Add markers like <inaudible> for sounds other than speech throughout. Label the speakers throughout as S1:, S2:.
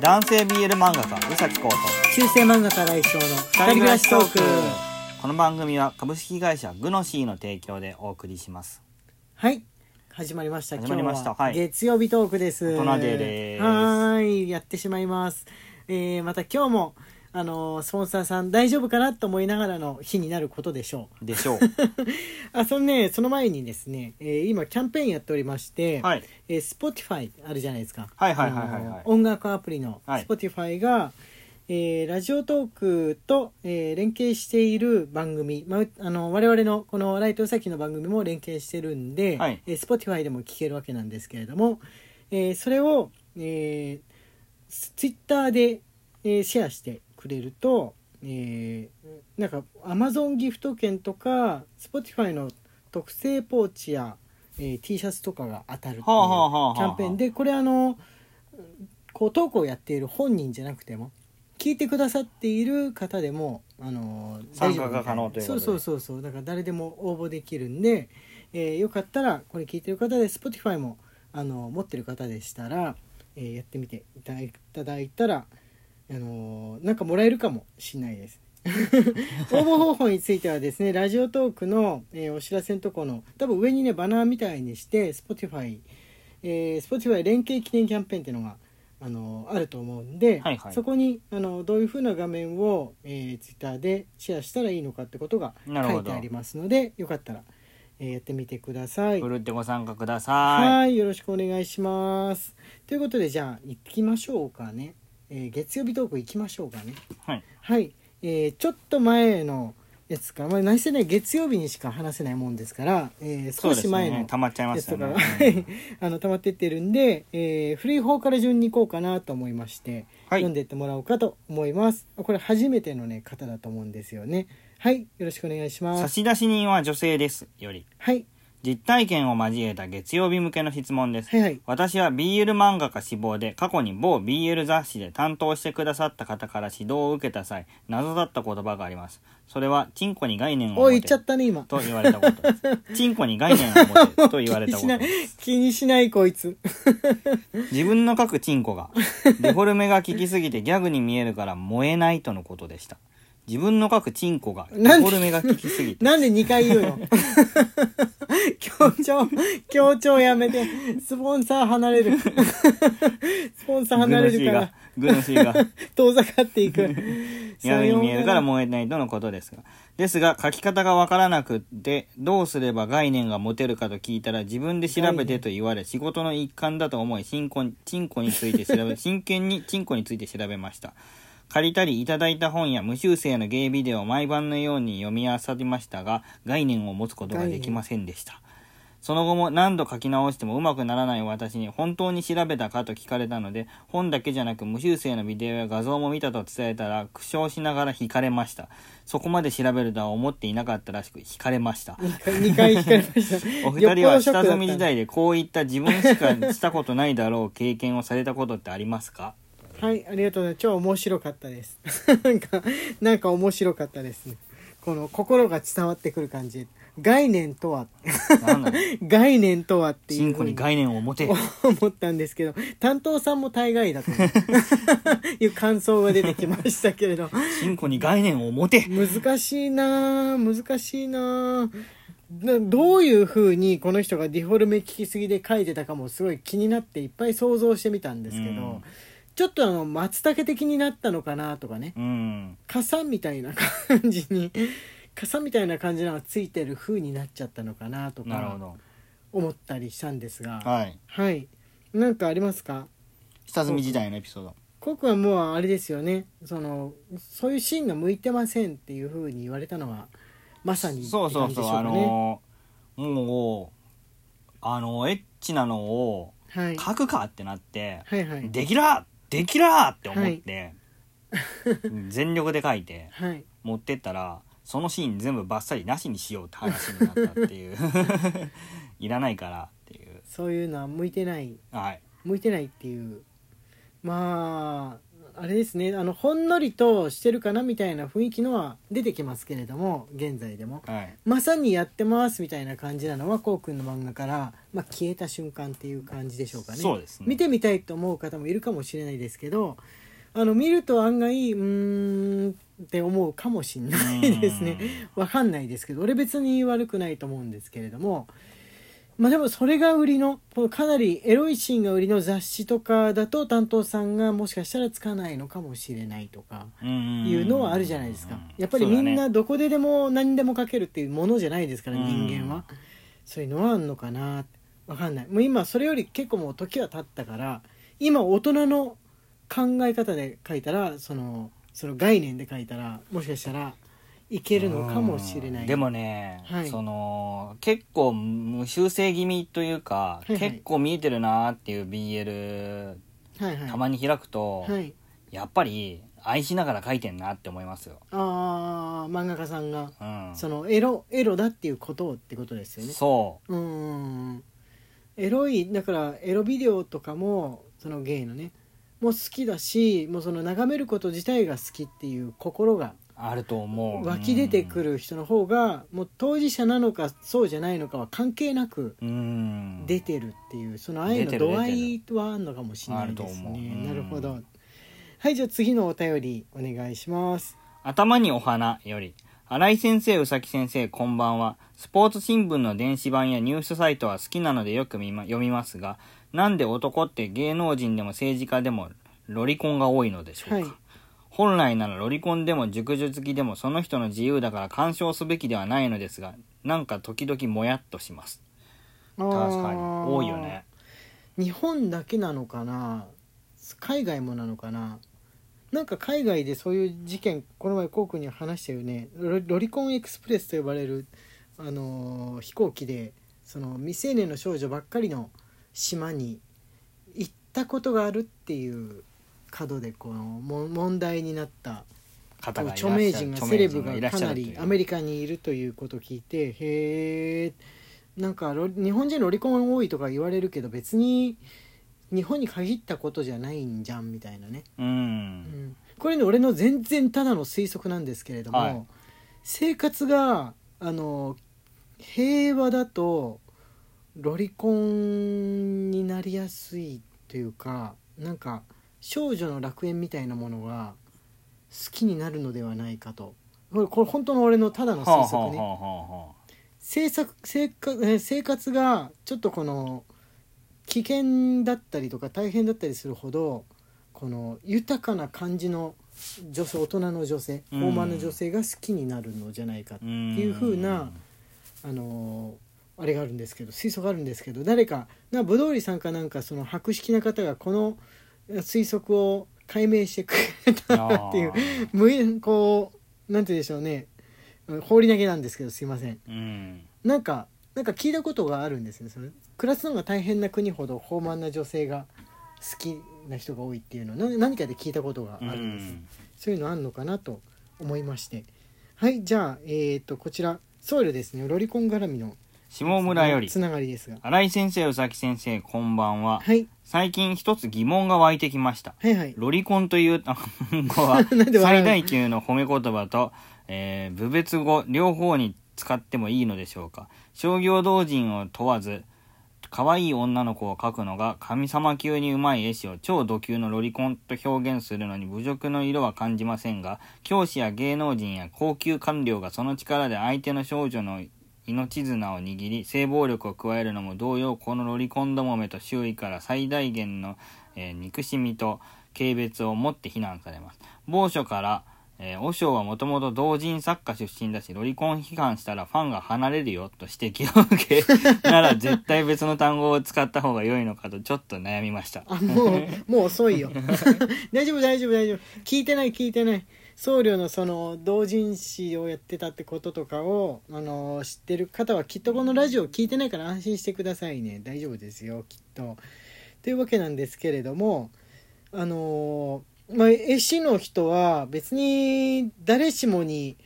S1: 男性 BL 漫画家宇崎浩と
S2: 中世漫画家来翔の二人暮らしトーク
S1: この番組は株式会社グノシーの提供でお送りします
S2: はい始まりました
S1: 始まりました
S2: 今日は
S1: はい
S2: 月曜日トークです
S1: 大人デーです
S2: はーいやってしまいますえー、また今日もあのースポンサーさん大丈夫かなと思いながらの日になることでしょう
S1: で
S2: <laughs>
S1: しょう
S2: あそのねその前にですね、えー今キャンペーンやっておりまして、
S1: はい
S2: えー、Spotify あるじゃないですか
S1: はいはいはいはいはい
S2: あの音楽アプリの
S1: はい
S2: Spotify が、えーラジオトークと、えー連携している番組、まあ、あの我々のこの「ライトウサギ」の番組も連携してるんで、
S1: はい
S2: えー Spotify でも聴けるわけなんですけれども、えーそれを、えー、ツイッターで、えーシェアしてくれると、えーなんかアマゾンギフト券とか Spotify の特製ポーチや、えー T シャツとかが当たるっていうキ
S1: はあはあはあはあ
S2: ャンペーンでこれあのこうトークをやっている本人じゃなくても聞いてくださっている方でもあの
S1: 参加が可能ということで
S2: そうそうそうそうだから誰でも応募できるんで、えーよかったらこれ聞いてる方で Spotify もあの持ってる方でしたら、えーやってみていただいただいたら、あのーなんかもらえるかもしれな
S1: <laughs>
S2: いです。応募方法についてはですねラジオトークの、えーお知らせのとこの多分上にねバナーみたいにして Spotify えー、Spotify 連携記念キャンペーンっていうのが、あのーあると思うんで、
S1: はいはい
S2: そこに、あのどういうふうな画面を、えー、Twitter でシェアしたらいいのかってことが
S1: なるほ
S2: 書
S1: ど
S2: いてありますのでよかったら、えーやってみてください。
S1: ふ
S2: はい
S1: るってご参加ください
S2: よろしくお願いします。ということでじゃあ行きましょうかね、えー月曜日トーク行きましょうかね。
S1: はい
S2: はい、えーちょっと前のやつか、まあ、何せね月曜日にしか話せないもんですから、えー
S1: そう
S2: 少
S1: です
S2: し
S1: ね
S2: 前の
S1: 溜まっちゃいま
S2: や
S1: し
S2: つ
S1: た
S2: とか
S1: ね
S2: が、はいあの溜まってってるんで、えー古い方から順に行こうかなと思いまして、
S1: はい
S2: 読んでってもらおうかと思いますこれ初めての、ね、方だと思うんですよねはいよろしくお願いしま
S1: 差
S2: す
S1: 出人は女性ですより
S2: はい
S1: 実体験を交えた月曜日向けの質問です
S2: はいはい
S1: 私は BL 漫画家志望で過去に某 BL 雑誌で担当してくださった方から指導を受けた際謎だった言葉がありますそれはチンコに概念を
S2: お
S1: 持
S2: い言ってちゃったね今
S1: と言われたことですチンコに概念を持てと言われたこ
S2: 気に
S1: と
S2: し <laughs> ない
S1: です
S2: 気にしないこいつ
S1: 自分の書くチンコがデフォルメが効きすぎてギャグに見えるから燃えないとのことでした自分の書くチンコがデフ
S2: なんで
S1: ォルメが効きすぎて
S2: なんで2回言
S1: <laughs>
S2: うの強調強調やめてスポンサー
S1: <laughs>
S2: 離れるスポンサー
S1: グ
S2: 離
S1: ヌ
S2: れ
S1: シ
S2: るか
S1: ー
S2: ら
S1: がグヌシー
S2: <laughs>
S1: が
S2: 遠ざかってい
S1: <laughs>
S2: く
S1: やるに見えるから
S2: も
S1: 燃えないとのことですが。ですが、書き方がわからなくって、どうすれば概念が持てるかと聞いたら、自分で調べてと言われ、仕事の一環だと思い、新婚、チンコについて調べ、真剣にチンコについて調べました。借りたりいただいた本や無修正のゲイビデオを毎晩のように読み漁りましたが、概念を持つことができませんでした。その後も何度書き直してもうまくならない私に本当に調べたかと聞かれたので本だけじゃなく無修正のビデオや画像も見たと伝えたら苦笑しながら惹かれましたそこまで調べるとは思っていなかったらしく惹かれました
S2: 2回引かれまし
S1: <laughs>
S2: た
S1: お二人は下積み時
S2: 時代
S1: 代でこういった自分しかしたことないだろう経験をされたことってありますか
S2: はい、ありがとうございます。超面白かったです。なんか、なんか面白かったですね。この心が伝わってくる感じ。概念とは、
S1: 何なの
S2: 概念とはって
S1: チ
S2: いう
S1: ン
S2: ふう
S1: コ
S2: に
S1: に概念を持て
S2: 思ったんですけど、担当さんも大概だと
S1: <laughs>
S2: 思ういう感想が出てきましたけれど、
S1: チンコに概念を持て
S2: 難しいなあ難しいなあなどういうふうにこの人がディフォルメ聞きすぎで書いてたかもすごい気になっていっぱい想像してみたんですけど、
S1: うん
S2: ちょっとあの松茸的になったのかなとかね、
S1: うん
S2: 傘みたいな感じに傘みたいな感じのがついてる風になっちゃったのかなと
S1: なるほ
S2: か
S1: ど
S2: 思ったりしたんですが
S1: はい
S2: はいなんかありますか
S1: 下積み時代のエピソード
S2: コクはもうあれですよねそのそういうシーンが向いてませんっていう風に言われたのはまさにって
S1: そうそ
S2: 感
S1: う
S2: じ
S1: そ
S2: で
S1: う、
S2: しょう
S1: あ
S2: かね
S1: のーもうあのエッチなのを
S2: はい
S1: 書くかってなって、
S2: はいはい
S1: できらできらって思って、 <laughs> 全力で書いて
S2: はい
S1: 持ってったらそのシーン全部バッサリなしにしようって話になったって
S2: <laughs>
S1: いう <laughs> いらないからっていう
S2: そういうのは向いてない
S1: はい
S2: 向いてないっていうまああれですねあのほんのりとしてるかなみたいな雰囲気のは出てきますけれども現在でも
S1: はい
S2: まさにやってますみたいな感じなのはこうくんの漫画から、まあ、消えた瞬間っていう感じでしょうかね
S1: そうですね
S2: 見てみたいと思う方もいるかもしれないですけどあの見ると案外うーんって思うかもしれないですねわかんないですけど俺別に悪くないと思うんですけれどもまあでもそれが売りのこうかなりエロいシーンが売りの雑誌とかだと担当さんがもしかしたらつかないのかもしれないとか。い
S1: いう
S2: のはあるじゃないですかやっぱり
S1: そうだ
S2: み
S1: ね
S2: んなどこででも何でも書けるっていうものじゃないですから
S1: うん
S2: 人間はそういうのはあんのかなわかんないもう今それより結構もう時は経ったから今大人の考え方で書いたらそのその概念で書いたらもしかしたらいけるのかもしれな
S1: う
S2: い
S1: んでもね、
S2: はい
S1: その結構無修正気味というか、
S2: はいはい
S1: 結構見えてるなーっていう BL
S2: はいはい
S1: たまに開くと、
S2: はい
S1: やっぱり愛しながら書いてんなって思いますよ。
S2: ああ漫画家さんが
S1: うん、
S2: そのエロエロだっていうことをってことですよね
S1: そう
S2: うーんエロいだからエロビデオとかもそのゲイのねもう好きだしもうその眺めること自体が好きっていう心が
S1: あると思う。
S2: 湧き出てくる人の方がもう当事者なのかそうじゃないのかは関係なく
S1: うん。
S2: 出てるっていうその愛の
S1: 出てる
S2: 度合
S1: 出
S2: いはあるのかもしれないで
S1: あ
S2: す
S1: ると思うう
S2: ね
S1: ん
S2: なるほどはいじゃあ次のお便りお願いします
S1: 頭にお花より新井先生、宇崎先生、こんばんは。スポーツ新聞の電子版やニュースサイトは好きなのでよく見ま読みますが、なんで男って芸能人でも政治家でもロリコンが多いのでしょうか、
S2: はい
S1: 本来ならロリコンでも熟女好きでもその人の自由だから干渉すべきではないのですが、なんか時々もやっとします。確かに。多いよね。
S2: 日本だけなのかな海外もなのかななんか海外でそういう事件この前コウ君に話したよねロロリコンエクスプレスと呼ばれる、あのー飛行機でその未成年の少女ばっかりの島に行ったことがあるっていう角でこのも問題になった
S1: 方がいらっしゃ
S2: 著名人がセレブ
S1: 著名人
S2: がかな
S1: らっし
S2: い
S1: ゃる
S2: り
S1: という
S2: アメリカにいるということを聞いてへえなんかロ日本人ロリコン多いとか言われるけど別に日本に限ったことじゃないんじゃんみたいなね、
S1: う。
S2: うんん、これね俺の全然ただの推測なんですけれども、
S1: はい
S2: 生活があの平和だとロリコンになりやすいというかなんか少女の楽園みたいなものが好きになるのではないかとこれこれ本当の俺のただの
S1: はあは
S2: 推
S1: あは
S2: 測ね
S1: あはあは
S2: 制作生活えー生活がちょっとこの危険だったりとか大変だったりするほどこの豊かな感じの女性大人の女性
S1: うん
S2: 大間の女性が好きになるのじゃないか
S1: あ。ん
S2: っていう風なあのーあれがあるんですけど水素があるんですけど誰かなぶどうりさんかなんかその博識な方がこのえ推測を解明してくれたな <laughs> っていう
S1: あー
S2: 無縁こうなんて言うんでしょうねうん放り投げなんですけどすいません
S1: うん。
S2: なんかなんか聞いたことがあるんですねそれ暮らすのが大変な国ほど豊満な女性が好きな人が多いっていうのをな何かで聞いたことがあるんです、そういうのあんのかなと思いましてはいじゃあえっ、とこちらソウルですねロリコン絡みの
S1: 下村より
S2: つながりですが
S1: 新井先生宇崎先生こんばんは
S2: はい
S1: 最近一つ疑問が湧いてきました
S2: はいはい
S1: ロリコンという単語は
S2: <laughs> なんで笑
S1: 最
S2: う
S1: 大級の褒め言葉と、えー、部別語両方に使ってもいいのでしょうか商業同人を問わず可愛い女の子を描くのが神様級にうまい絵師を超ド級のロリコンと表現するのに侮辱の色は感じませんが教師や芸能人や高級官僚がその力で相手の少女の命綱を握り性暴力を加えるのも同様このロリコンどもめと周囲から最大限の、えー憎しみと軽蔑を持って非難されます某所から、えー、和尚はもともと同人作家出身だしロリコン批判したらファンが離れるよと指摘を受
S2: <laughs>
S1: けなら絶対別の単語を使った方が良いのかとちょっと悩みました
S2: あもうもう遅いよ大丈夫大丈夫大丈夫聞いてない聞いてない僧侶のその同人誌をやってたってこととかをあの知ってる方はきっとこのラジオ聞いてないから安心してくださいね大丈夫ですよきっと。というわけなんですけれどもあのまあ絵師の人は別に誰しもに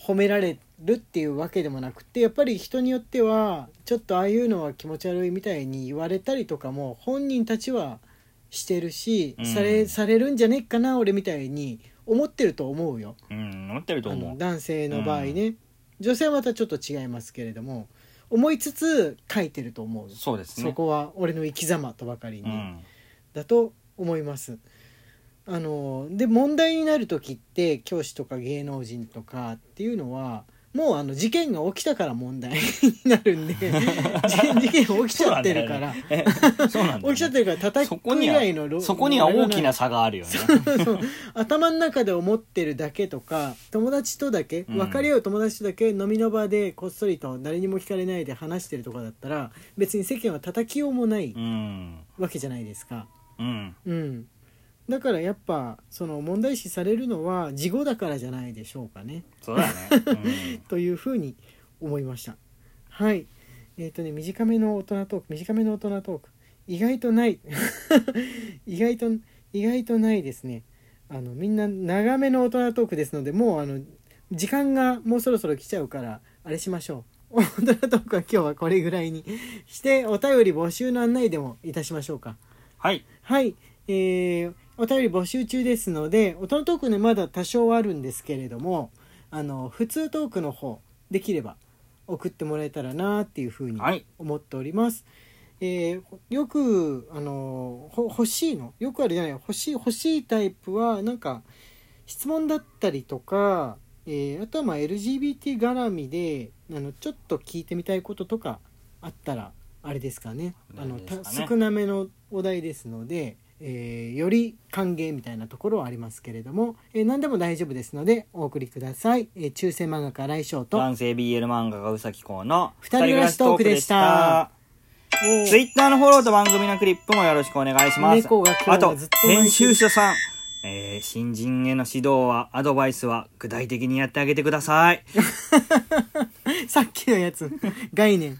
S2: 褒められるっていうわけでもなくてやっぱり人によってはちょっとああいうのは気持ち悪いみたいに言われたりとかも本人たちはしてるし、
S1: うん
S2: されされるんじゃねえかな俺みたいに思ってると思うよ
S1: うん思ってると
S2: あ
S1: 思
S2: の
S1: う
S2: 男性の場合ね、女性はまたちょっと違いますけれども思いつつ書いてると思うよ
S1: そうですね
S2: そこは俺の生き様とばかり
S1: う
S2: に、 <laughs>
S1: ん
S2: だと思います。あので問題になる時って教師とか芸能人とかっていうのはもうあの事件が起きたから問題 <laughs> にな
S1: <laughs>
S2: るんで事事件起きちゃってるから、
S1: らそうなんだよね
S2: 起きちゃってるから叩
S1: そ
S2: く
S1: こに
S2: 以
S1: は
S2: 外のろ
S1: そこには大き
S2: <laughs>
S1: な差があるよね
S2: 頭の中で思ってるだけとか友達とだけ
S1: うん
S2: 別れよう友達とだけ飲みの場でこっそりと誰にも聞かれないで話してるとかだったら別に世間は叩きようもない
S1: うん
S2: わけじゃないですか。
S1: うん
S2: うん、だからやっぱその問題視されるのは事後だからじゃないでしょうかね
S1: そうだねうん
S2: というふうに思いましたはいえっ、とね短めの大人トーク短めの大人トーク意外とない <laughs> 意外と意外とないですねあのみんな長めの大人トークですのでもうあの時間がもうそろそろ来ちゃうからあれしましょう <laughs> 大人トークは今日はこれぐらいにしてお便り募集の案内でもいたしましょうか
S1: はい
S2: はい、えーお便り募集中ですので、大人トークね、まだ多少はあるんですけれども、あの、普通トークの方、できれば送ってもらえたらなっていうふうに
S1: はい
S2: 思っております。えーよく、あの、ほ欲しいのよくあるじゃない欲しい、欲しいタイプは、なんか、質問だったりとか、えーあとはまあ LGBT 絡みであのちょっと聞いてみたいこととかあったらあれですかねあの
S1: ですかね
S2: た少なめのお題ですので、えーより歓迎みたいなところはありますけれども、えー何でも大丈夫ですのでお送りください、えー中世漫画家来翔と
S1: 男性 BL 漫画がうさきこうの
S2: 二人暮らしトークでした
S1: 二人暮らしトークでした
S2: <laughs>
S1: ツイッターのフォローと番組のクリップもよろしくお願いします
S2: 猫が今
S1: あ
S2: 日
S1: と
S2: はずっと泣いてる
S1: 編集者さん、えー新人への指導はアドバイスは具体的にやってあげてください
S2: さっきのやつ概念